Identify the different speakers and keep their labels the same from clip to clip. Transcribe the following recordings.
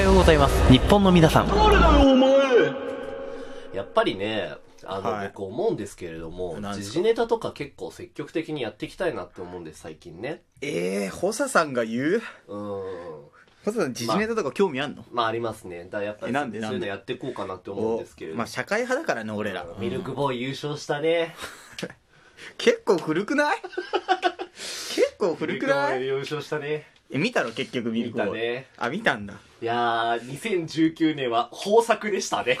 Speaker 1: ようございます。日本の皆さん。
Speaker 2: やっぱりね、あの、
Speaker 3: はい
Speaker 2: 僕思うんですけれども
Speaker 3: 何、で
Speaker 2: 時
Speaker 3: すか
Speaker 2: 事ネタとか結構積極的にやっていきたいなって思うんです、最近ね。
Speaker 3: ええー、ホサさんが言う
Speaker 2: うーん。
Speaker 3: ホサさん、時事ネタとか興味あんの、
Speaker 2: まあありますね。だからやっぱ
Speaker 3: え
Speaker 2: り
Speaker 3: なんで
Speaker 2: そういう
Speaker 3: な
Speaker 2: の
Speaker 3: んで
Speaker 2: やっていこうかなって思うん
Speaker 3: お
Speaker 2: ですけれども。
Speaker 3: まあ、社会派だからね、俺ら。
Speaker 2: ミルクボーイ優勝したね。
Speaker 3: 結構古く ない結構古くな
Speaker 2: ミルクボ
Speaker 3: い
Speaker 2: ーイ優勝したね。
Speaker 3: え、見たの結局見る
Speaker 2: 見たね。
Speaker 3: あ、見たんだ。
Speaker 2: いやー、2019年は豊作で したね。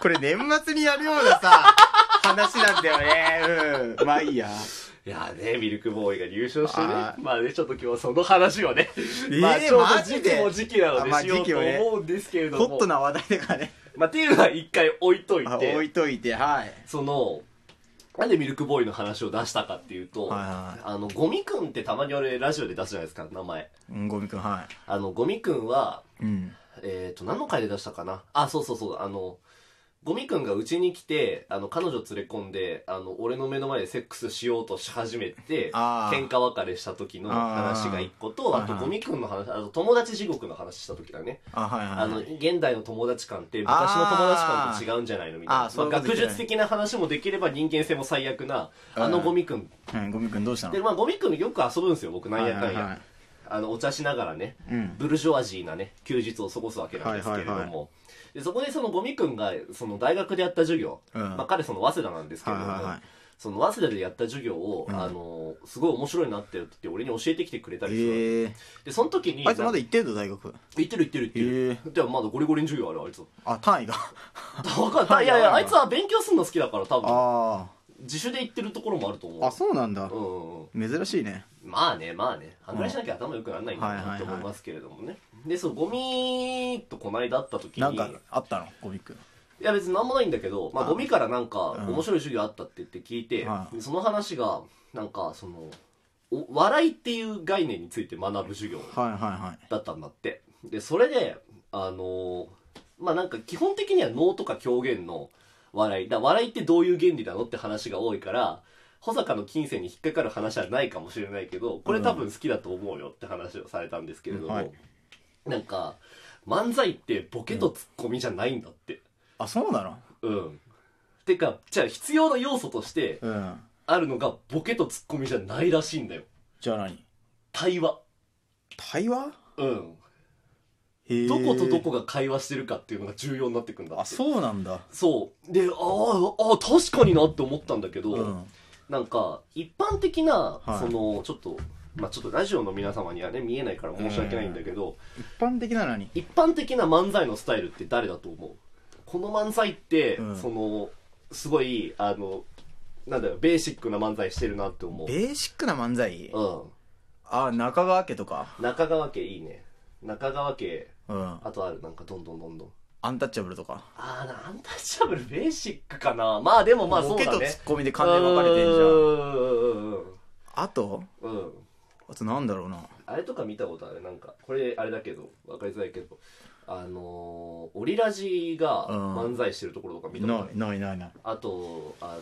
Speaker 3: これ年末にやるような さ、話なんだよね。うん。まあいいや。
Speaker 2: いやーね、ミルクボーイが優勝してね
Speaker 3: あ。ー
Speaker 2: まあね、ちょっと今日はその話をね、
Speaker 3: ー
Speaker 2: まあちょうど
Speaker 3: マ
Speaker 2: 時
Speaker 3: ジ
Speaker 2: 期
Speaker 3: で
Speaker 2: も時期なの
Speaker 3: あ
Speaker 2: で
Speaker 3: まあ
Speaker 2: しよう
Speaker 3: 時期
Speaker 2: と
Speaker 3: をね
Speaker 2: 思うんですけれど
Speaker 3: ホ
Speaker 2: も。
Speaker 3: ットな話題だからね。
Speaker 2: まあっていうのは一回置いとい
Speaker 3: あ
Speaker 2: て。
Speaker 3: 置いといて、はい。
Speaker 2: その、なんでミルクボーイの話を出したかっていうと、
Speaker 3: はいはい
Speaker 2: あの、ゴミくんってたまに俺ラジオで出すじゃないですか、名前。
Speaker 3: うん、ゴミくん、は
Speaker 2: あの、ゴミくんは、
Speaker 3: い。うん。
Speaker 2: えっ、と、何の回で出したかなあ、そうそうそう、あの、ゴミくんがうちに来て、あの、彼女連れ込んで、あの、俺の目の前でセックスしようとし始めて、
Speaker 3: あー
Speaker 2: 喧嘩別れした時の話が一個と、
Speaker 3: あー
Speaker 2: あと
Speaker 3: はいはい
Speaker 2: ゴミくんの話、あと友達地獄の話した時だね。
Speaker 3: あ、はいはい。
Speaker 2: あの、現代の友達感って昔の友達感と違うんじゃないのみたい
Speaker 3: あ
Speaker 2: な
Speaker 3: ー。そういう
Speaker 2: ま
Speaker 3: こ
Speaker 2: あ
Speaker 3: と
Speaker 2: 学
Speaker 3: 言ってない
Speaker 2: 術的な話もできれば人間性も最悪な、
Speaker 3: うん
Speaker 2: あのゴミくん。
Speaker 3: うん、ゴミくんどうしたの
Speaker 2: で、まあゴミくんよく遊ぶんですよ、僕なんやかん
Speaker 3: はいはいはい
Speaker 2: や。あの、お茶しながらね
Speaker 3: うん、
Speaker 2: ブルジョワジーなね、休日を過ごすわけなんですけれど
Speaker 3: はいはい
Speaker 2: も。でそこでそのゴミくんが、その大学でやった授業、
Speaker 3: うん
Speaker 2: まあ彼その早稲田なんですけれども
Speaker 3: はいはいはい、
Speaker 2: その早稲田でやった授業を、あの、すごい面白いなって言って俺に教えてきてくれたりする。
Speaker 3: ええ
Speaker 2: で、その時に、
Speaker 3: あいつまだ行ってんの大学。
Speaker 2: 行ってる行ってる行ってる。でもまだゴリゴリに授業ある、あいつ。
Speaker 3: あ、単位が。
Speaker 2: わかんない。いやいや、あいつは勉強するの好きだから、多分。
Speaker 3: あ
Speaker 2: 自主で行ってるところもあると思う。
Speaker 3: あ。あ、そうなんだ
Speaker 2: う。んうんうん。
Speaker 3: 珍しいね。
Speaker 2: まあね、まあね。あんぐらいしなきゃ頭良くならないんだなって思いますけれどもね。で、そう、ゴミとこないだ会った時に、
Speaker 3: なんかあったのゴミく
Speaker 2: い
Speaker 3: ん。
Speaker 2: や別になんもないんだけど、まあゴミからなんか面白い授業あったって言って聞いて
Speaker 3: は、い
Speaker 2: でその話が、なんかその、お笑いっていう概念について学ぶ授業
Speaker 3: はいはいはい。
Speaker 2: だったんだって。で、それで、あのーまあなんか基本的には能とか狂言の笑い。だ笑いってどういう原理なのって話が多いから、保坂の金銭に引っかかる話はないかもしれないけど、これ多分好きだと思うよって話をされたんですけれども、
Speaker 3: うんはい
Speaker 2: なんか、漫才ってボケとツッコミじゃないんだって。
Speaker 3: あ、そうなの
Speaker 2: うん。てか、じゃあ必要な要素として
Speaker 3: うん。
Speaker 2: あるのがボケとツッコミじゃないらしいんだよ。
Speaker 3: じゃあ何
Speaker 2: 対話。
Speaker 3: 対話
Speaker 2: うん。
Speaker 3: へー
Speaker 2: どことどこが会話してるかっていうのが重要になってくんだって。
Speaker 3: あ、そうなんだ。
Speaker 2: そう。で、ああ、ああ、確かになって思ったんだけど、
Speaker 3: うん。
Speaker 2: なんか、一般的な、
Speaker 3: はい
Speaker 2: その、ちょっと、まあちょっとラジオの皆様にはね、見えないから申し訳ないんだけど、
Speaker 3: 一般的なのに。
Speaker 2: 一般的な漫才のスタイルって誰だと思うこの漫才って、
Speaker 3: うん
Speaker 2: その、すごい、あの、なんだよ、ベーシックな漫才してるなって思う
Speaker 3: ベ。ーシックな漫才
Speaker 2: う
Speaker 3: あ、中川家とか。
Speaker 2: ん。中川家いいね。中川家、
Speaker 3: うん。
Speaker 2: あとある、なんか、どんどんどんどん。
Speaker 3: アンタッチャブルとか。
Speaker 2: あーな、アンタッチャブルベーシックかな。まあでもまあそ
Speaker 3: ボ
Speaker 2: う
Speaker 3: ケ
Speaker 2: だね。
Speaker 3: とツッコミで完全に分かれてんじゃん。あと
Speaker 2: うんうんうんうん。うん。
Speaker 3: あとなんだろうな。
Speaker 2: あれとか見たことあるなんか、これあれだけど、わかりづらいけど、あのー、オリラジが
Speaker 3: うん
Speaker 2: 漫才してるところとか見たことあ
Speaker 3: な
Speaker 2: る
Speaker 3: い、。ない、ない、ない。
Speaker 2: あと、あのー、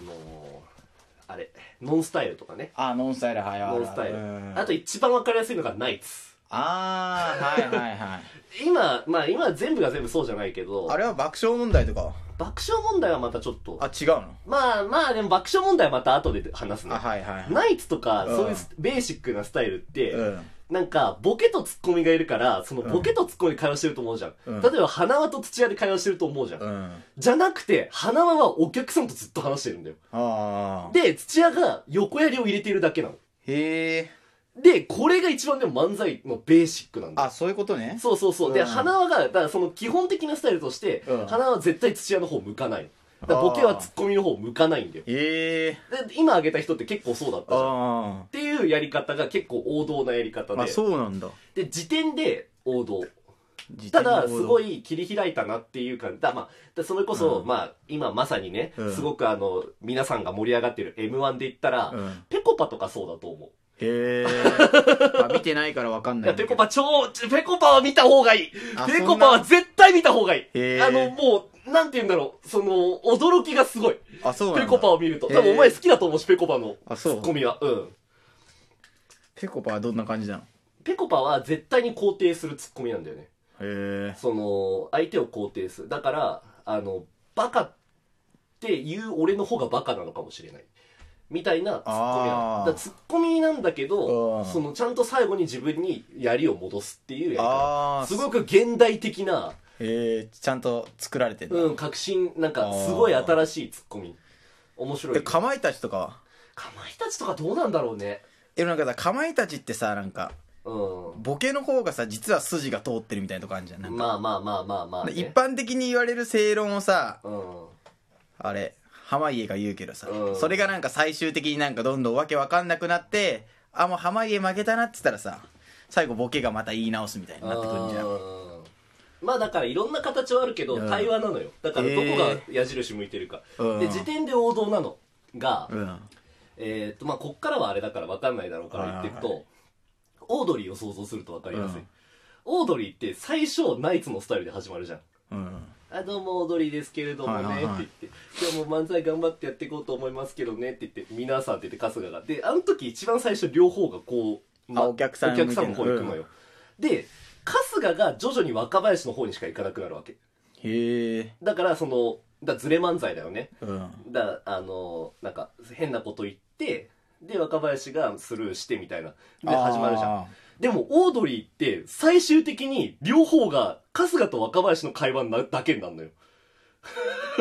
Speaker 2: あれ、ノンスタイルとかね。
Speaker 3: あ、ノンスタイル、はい、はい。
Speaker 2: ノンスタイル
Speaker 3: うん。
Speaker 2: あと一番わかりやすいのがナイツ。
Speaker 3: あー、はい、はい、はい。
Speaker 2: 今、まあ今全部が全部そうじゃないけど
Speaker 3: あ、れは爆笑問題とか。
Speaker 2: 爆笑問題はまたちょっと、
Speaker 3: あ、違うの
Speaker 2: まあまあでも爆笑問題はまた後で話すね
Speaker 3: あ、。はい、はい。
Speaker 2: ナイツとか、
Speaker 3: うん
Speaker 2: そういうベーシックなスタイルって、
Speaker 3: うん。
Speaker 2: なんか、ボケとツッコミがいるから、そのボケとツッコミで会話してると思うじゃん。
Speaker 3: うん
Speaker 2: 例えば、花輪と土屋で会話してると思うじゃん。
Speaker 3: うん。
Speaker 2: じゃなくて、花輪はお客さんとずっと話してるんだよ。
Speaker 3: あー。
Speaker 2: で、土屋が横やりを入れているだけなの。
Speaker 3: へえ。
Speaker 2: で、これが一番でも漫才のベーシックなんだよ。
Speaker 3: あ、そういうことね。
Speaker 2: そうそうそう。で、
Speaker 3: うん
Speaker 2: 花輪が、だからその基本的なスタイルとして、
Speaker 3: うん
Speaker 2: 花輪は絶対土屋の方向かないの。だからボケはツッコミの方向かないんだよ。
Speaker 3: へえ。
Speaker 2: で、今挙げた人って結構そうだったじゃん。っ
Speaker 3: あ
Speaker 2: ていうやり方が結構王道なやり方
Speaker 3: ー。
Speaker 2: で。
Speaker 3: あ、そうなんだ。
Speaker 2: で、時点で王道。ただ、すご
Speaker 3: い。
Speaker 2: い切り開いたなっていう感じ。だまあ、だそれこそ、
Speaker 3: うん
Speaker 2: まあ、今まさにね、
Speaker 3: うん
Speaker 2: すごくあの、皆さんが盛り上がってる M1 で言ったら、
Speaker 3: うん
Speaker 2: ペコパとかそうだと思う。
Speaker 3: へえ。 あ、見てないからわかん
Speaker 2: い
Speaker 3: ない
Speaker 2: や、
Speaker 3: んだ
Speaker 2: ペ
Speaker 3: け
Speaker 2: コ
Speaker 3: ど。
Speaker 2: パ超、ペコパは見た方がいい
Speaker 3: あ
Speaker 2: ペコパは絶対見た方がい
Speaker 3: へ
Speaker 2: い
Speaker 3: ー
Speaker 2: あの、もう、なんて言うんだろう、その、驚きがすごい。
Speaker 3: あ、そうなんだ。
Speaker 2: ペコパを見ると。
Speaker 3: へ
Speaker 2: 多
Speaker 3: ー
Speaker 2: 分お前好きだと思うし、ペコパの
Speaker 3: あ
Speaker 2: ツ
Speaker 3: そう
Speaker 2: ッコミは。うん。
Speaker 3: ペコパはどんな感じなの
Speaker 2: ぺこぱは絶対に肯定するツッコミなんだよね
Speaker 3: へえ
Speaker 2: その相手を肯定するだからあのバカっていう俺の方がバカなのかもしれないみたいなツッコミな
Speaker 3: あ
Speaker 2: の
Speaker 3: ー
Speaker 2: だからツッコミなんだけ
Speaker 3: うん
Speaker 2: どそのちゃんと最後に自分に槍を戻すっていうやり方
Speaker 3: ああ
Speaker 2: すごく現代的な、
Speaker 3: へえちゃんと作られてる、
Speaker 2: うん、革新なんかすごい新しいツッコミ面白い
Speaker 3: で
Speaker 2: か
Speaker 3: かまいたちとかは
Speaker 2: まいたちとかどうなんだろうね
Speaker 3: えなんかさかまいたちってさなんか
Speaker 2: う
Speaker 3: ボケの方がさ実は筋が通ってるみたいなとこあるじゃんなん
Speaker 2: ん
Speaker 3: か、
Speaker 2: まあまあまあまあまあ、ね、
Speaker 3: 一般的に言われる正論をさ
Speaker 2: うん
Speaker 3: あれ濱家が言うけどさ、
Speaker 2: うん
Speaker 3: それがなんか最終的になんかどんどんわけわかんなくなってあもう濱家負けたなって言ったらさ最後ボケがまた言い直すみたいになってくるんじゃん
Speaker 2: うんまあだからいろんな形はあるけど、
Speaker 3: うん
Speaker 2: 対話なのよだからどこが矢印向いてるか、
Speaker 3: うん
Speaker 2: で時点で王道なのが、
Speaker 3: うん
Speaker 2: えーっとまあこっからはあれだから分かんないだろうから言っていくと、
Speaker 3: は
Speaker 2: オードリーを想像すると分かりやすい、
Speaker 3: うん
Speaker 2: オードリーって最初ナイツのスタイルで始まるじゃん
Speaker 3: うん
Speaker 2: あどうもオードリーですけれどもね、
Speaker 3: はいはいはい
Speaker 2: って言って今日も漫才頑張ってやっていこうと思いますけどねって言って皆さんって言って春日がであの時一番最初両方がこう、
Speaker 3: あお客さん
Speaker 2: お客さんの方行くのよ、で春日が徐々に若林の方にしか行かなくなるわけ
Speaker 3: へえ
Speaker 2: だからそのだズレ漫才だよね
Speaker 3: うん
Speaker 2: だあのなんか変なこと言ってで若林がスルーしてみたいなで始まるじゃん
Speaker 3: ん
Speaker 2: でもオードリーって最終的に両方が春日と若林の会話なだけになるのよ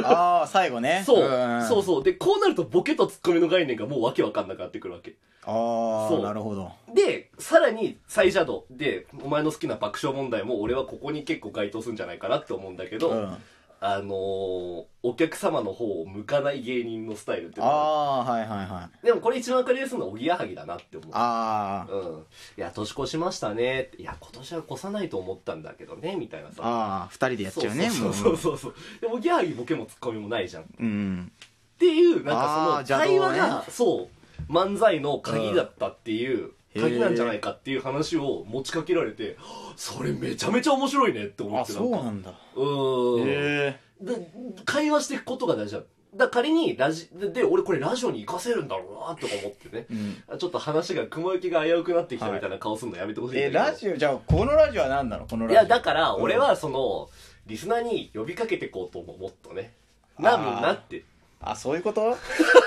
Speaker 3: ああ最後ね
Speaker 2: そう、
Speaker 3: ん
Speaker 2: そうそう。で、こうなるとボケとツッコミの概念がもうわけわかんなくなってくるわけ。
Speaker 3: あ
Speaker 2: そ
Speaker 3: あ
Speaker 2: う
Speaker 3: なるほど
Speaker 2: で、さらに、サイジャドで、お前の好きな爆笑問題も俺はここに結構該当するんじゃないかなって思うんだけど、
Speaker 3: うん
Speaker 2: あのーお客様の方を向かない芸人のスタイルっていうのは
Speaker 3: ああーはいはいはい
Speaker 2: でもこれ一番わかりやすいのはおぎやはぎだなって思う。
Speaker 3: あー
Speaker 2: うん。いや、年越しましたね。いや、今年は越さないと思ったんだけどね、みたいなさ。
Speaker 3: あー二人でやっちゃうね
Speaker 2: そうそうそうそう。で、おぎやはぎボケもツッコミもないじゃん。
Speaker 3: もううん
Speaker 2: っていうなん
Speaker 3: あー
Speaker 2: かそ
Speaker 3: 邪
Speaker 2: の
Speaker 3: 道
Speaker 2: 会
Speaker 3: ね
Speaker 2: 話が、そう漫才の鍵だったっていう、
Speaker 3: うん
Speaker 2: 鍵なんじゃないかっていう話を持ちかけられてはぁそれめちゃめちゃ面白いねって思
Speaker 3: あ
Speaker 2: って
Speaker 3: そう
Speaker 2: か
Speaker 3: なんだ
Speaker 2: うーん
Speaker 3: へ
Speaker 2: で会話していくことが大事だだから仮にラジでで俺これラジオに活かせるんだろうなとか思ってね
Speaker 3: えうん
Speaker 2: あちょっと話が雲行きが危うくなってきたみたいな顔するのやめてほしいんだ
Speaker 3: え
Speaker 2: けど、
Speaker 3: ラジオじゃあこのラジオは何なのこのラ
Speaker 2: い
Speaker 3: ジオ
Speaker 2: やだから俺はその、リスナーに呼びかけてこうと思うもっとねな
Speaker 3: あ
Speaker 2: み
Speaker 3: ー
Speaker 2: んなって
Speaker 3: あそういうこと いや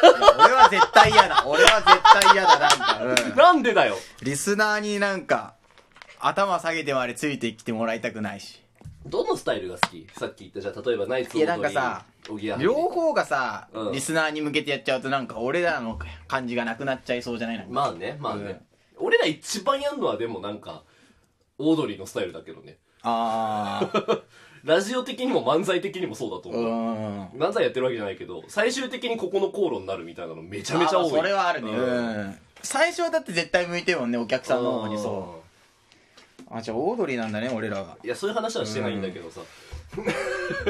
Speaker 3: 俺は絶対嫌だ俺は絶対嫌だなんか、うん、
Speaker 2: なんでだよ
Speaker 3: リスナーになんか頭下げてまでついてきてもらいたくないし
Speaker 2: どのスタイルが好きさっき言ったじゃあ例えばナイツ
Speaker 3: いやなんかさ
Speaker 2: おぎやはぎ
Speaker 3: 両方がさ、
Speaker 2: うん
Speaker 3: リスナーに向けてやっちゃうとなんか俺らの感じがなくなっちゃいそうじゃないなんか
Speaker 2: まあねまあね、俺ら一番やんのはでもなんかオードリーのスタイルだけどね
Speaker 3: ああ
Speaker 2: ラジオ的にも漫才的にもそうだと
Speaker 3: う
Speaker 2: 思う、
Speaker 3: ーん
Speaker 2: 漫才やってるわけじゃないけど最終的にここの口論になるみたいなのめちゃめちゃ多い
Speaker 3: あそれはあるね
Speaker 2: う
Speaker 3: うんん、最初はだって絶対向いてるもんねお客さんの方にそうあじゃあオードリーなんだね俺ら が
Speaker 2: いやそういう話はしてないんだけどさ、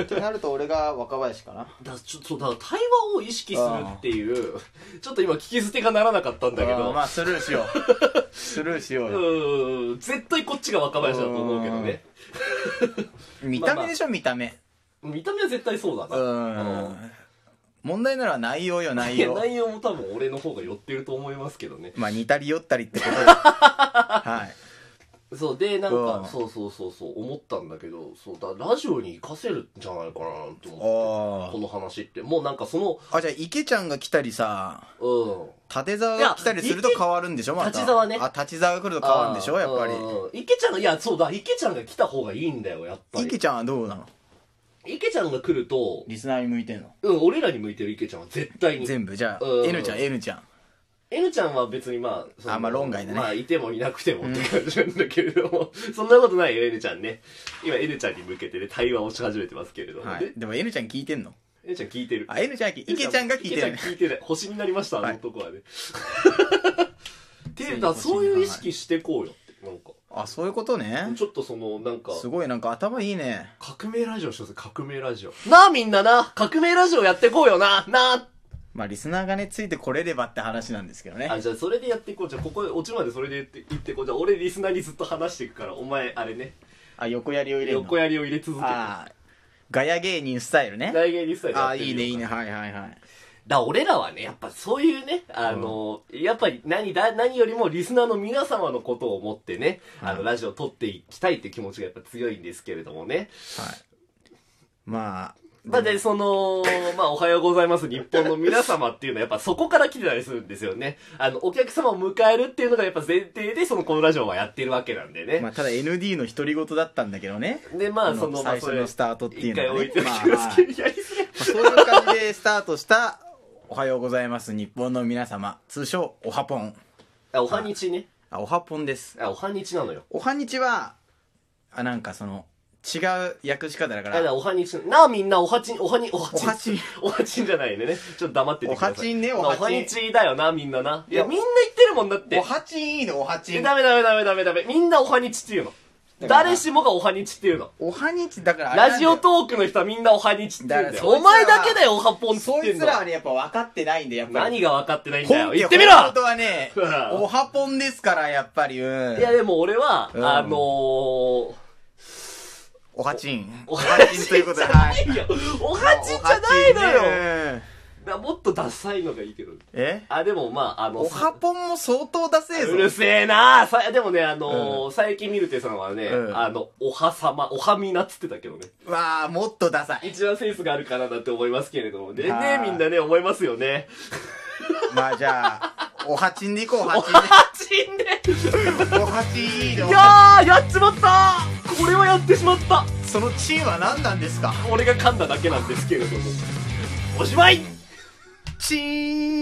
Speaker 3: ってなると俺が若林かな
Speaker 2: だちょそうだから対話を意識するっていうちょっと今聞き捨てがならなかったんだけ
Speaker 3: あ
Speaker 2: ど
Speaker 3: ーまあスルーしよ うスルーしよう
Speaker 2: う
Speaker 3: よ
Speaker 2: ーん絶対こっちが若林だと思うけどね
Speaker 3: 見た目でしょ見た目
Speaker 2: 見た目は絶対そうだ
Speaker 3: う
Speaker 2: な
Speaker 3: ーん問題なのは内容よ内
Speaker 2: いや
Speaker 3: 容
Speaker 2: 内容も多分俺の方が寄ってると思いますけどね
Speaker 3: まあ似たり寄ったりっ てことではい
Speaker 2: そうでなん
Speaker 3: うん
Speaker 2: かそうそうそうそう思ったんだけどそうだラジオに活かせるんじゃないかなと思ってこ
Speaker 3: あ
Speaker 2: の話ってもうなんかその
Speaker 3: あじゃあ池ちゃんが来たりさ
Speaker 2: うん
Speaker 3: 立沢が来たりすると変わるんでしょまた
Speaker 2: いや立沢ね
Speaker 3: あ立沢が来ると変わるんでしょやっぱり
Speaker 2: うん池ちゃんがいやそうだ池ちゃんが来た方がいいんだよやっぱり
Speaker 3: 池ちゃんはどうなの
Speaker 2: 池ちゃんが来ると
Speaker 3: リスナーに向いてんの
Speaker 2: うん俺らに向いてる池ちゃんは絶対に
Speaker 3: 全部じゃあ
Speaker 2: うん
Speaker 3: N ちゃん N ちゃん
Speaker 2: N ちゃんは別にまあその
Speaker 3: あまあ論外だね
Speaker 2: まあいてもいなくてもって感じなんだけれども、そんなことないよ N ちゃんね今 N ちゃんに向けてね対話をし始めてますけれどもね、
Speaker 3: はいでも N ちゃん聞いてんの
Speaker 2: N ちゃん聞いてる
Speaker 3: あ N ちゃん聞い池ちゃんが聞いて
Speaker 2: ない
Speaker 3: る
Speaker 2: 聞いてない星になりましたあ
Speaker 3: は
Speaker 2: の
Speaker 3: い
Speaker 2: 男は ねっていう
Speaker 3: ついに星
Speaker 2: だ
Speaker 3: に
Speaker 2: そういう意識してこうよってなんか
Speaker 3: あそういうことね
Speaker 2: ちょっとそのなんか
Speaker 3: すごいなんか頭いいね
Speaker 2: 革命ラジオしようぜ革命ラジオなあみんなな革命ラジオやってこうよななあ
Speaker 3: まあリスナーがねついてこれればって話なんですけどね
Speaker 2: あじゃあそれでやっていこうじゃあここ落ちまでそれで言って言ってこうじゃあ俺リスナーにずっと話していくからお前あれね
Speaker 3: あ横やりを入れるの
Speaker 2: 横やりを入れ続けて
Speaker 3: ああガヤ芸人スタイルね
Speaker 2: 大芸にスタイルや
Speaker 3: あ
Speaker 2: っ
Speaker 3: あ
Speaker 2: て
Speaker 3: いい
Speaker 2: み
Speaker 3: ね
Speaker 2: よう
Speaker 3: いいねはいはいはい
Speaker 2: だから俺らはね、やっぱそういうね、あの、やっぱり何だ、何よりもリスナーの皆様のことを思ってね、あの、ラジオを撮っていきたいって気持ちがやっぱ強いんですけれどもね。
Speaker 3: まあ
Speaker 2: まあで、その、まあ、おはようございます、日本の皆様っていうのは、やっぱそこから来てたりするんですよね。あの、お客様を迎えるっていうのがやっぱ前提で、その、このラジオはやってるわけなんでね。
Speaker 3: まあ、ただ ND の独り言だったんだけどね、
Speaker 2: で、まあ、
Speaker 3: あの
Speaker 2: その、まあ
Speaker 3: 最初のスタートっていうのはね
Speaker 2: 一回置いておきますけど、やりすぎ
Speaker 3: まあ、そういう感じでスタートした「おはようございます日本の皆様」通称「おはぽん
Speaker 2: あおはにちね。」
Speaker 3: あおはぽんです
Speaker 2: あ、おはにちなのよ。
Speaker 3: おはにちはあなんかその違う訳し方だか
Speaker 2: あだかららおはにちなあみんなおはちんおはにおはちん
Speaker 3: おはちん
Speaker 2: おはちんじゃないんでねちょっと黙っててください
Speaker 3: おはちんね
Speaker 2: まあ
Speaker 3: お
Speaker 2: お
Speaker 3: はちん
Speaker 2: はにちだよなみんなない
Speaker 3: いや
Speaker 2: やみんな言ってるもんだって
Speaker 3: おはちんいいねおはち
Speaker 2: え
Speaker 3: ん
Speaker 2: ダメダメダメダメダメみんなおはにちっていうの
Speaker 3: だから
Speaker 2: 誰しもがおはにちっていうの
Speaker 3: おはにちだからあれなんだ
Speaker 2: ラジ
Speaker 3: よ
Speaker 2: オトークの人はみんなおはにちって言うんだ
Speaker 3: だ
Speaker 2: よ
Speaker 3: からそいつらは
Speaker 2: お前だけだよおはぽんって言っ
Speaker 3: そ
Speaker 2: て
Speaker 3: い
Speaker 2: ん
Speaker 3: つ
Speaker 2: の
Speaker 3: らはねやっぱ分かってないんでやっぱり
Speaker 2: 何が分かってないんだよ
Speaker 3: 本家
Speaker 2: 言ってみろ
Speaker 3: 本当 はね
Speaker 2: ほら
Speaker 3: おはぽんですからやっぱりうん
Speaker 2: いやでも俺は、
Speaker 3: うん
Speaker 2: あのー、お
Speaker 3: おはちん
Speaker 2: はちんじゃないよおはちんじゃないのよ、
Speaker 3: おはちんね
Speaker 2: だからもっとダサいのがいいけど
Speaker 3: え
Speaker 2: あでもまああの
Speaker 3: おはぽんも相当ダセえぞ
Speaker 2: うるせえなあさでもね、あのー最近見るてさんはね、
Speaker 3: うん
Speaker 2: あの、おはさま、おはみなっつってたけどね。
Speaker 3: わあもっとダサい
Speaker 2: 一番センスがあるかななんて思いますけれどもね。ね
Speaker 3: あ
Speaker 2: え
Speaker 3: ー
Speaker 2: みんなね、思いますよね。
Speaker 3: まあじゃあおはちんでいこうお
Speaker 2: お
Speaker 3: はちん
Speaker 2: はちんで
Speaker 3: でおはちんいいね
Speaker 2: いやー、やっちまったこれはやってしまった
Speaker 3: そのチンは何なんですか
Speaker 2: 俺が噛んだだけなんですけれども。おしまい
Speaker 3: チーン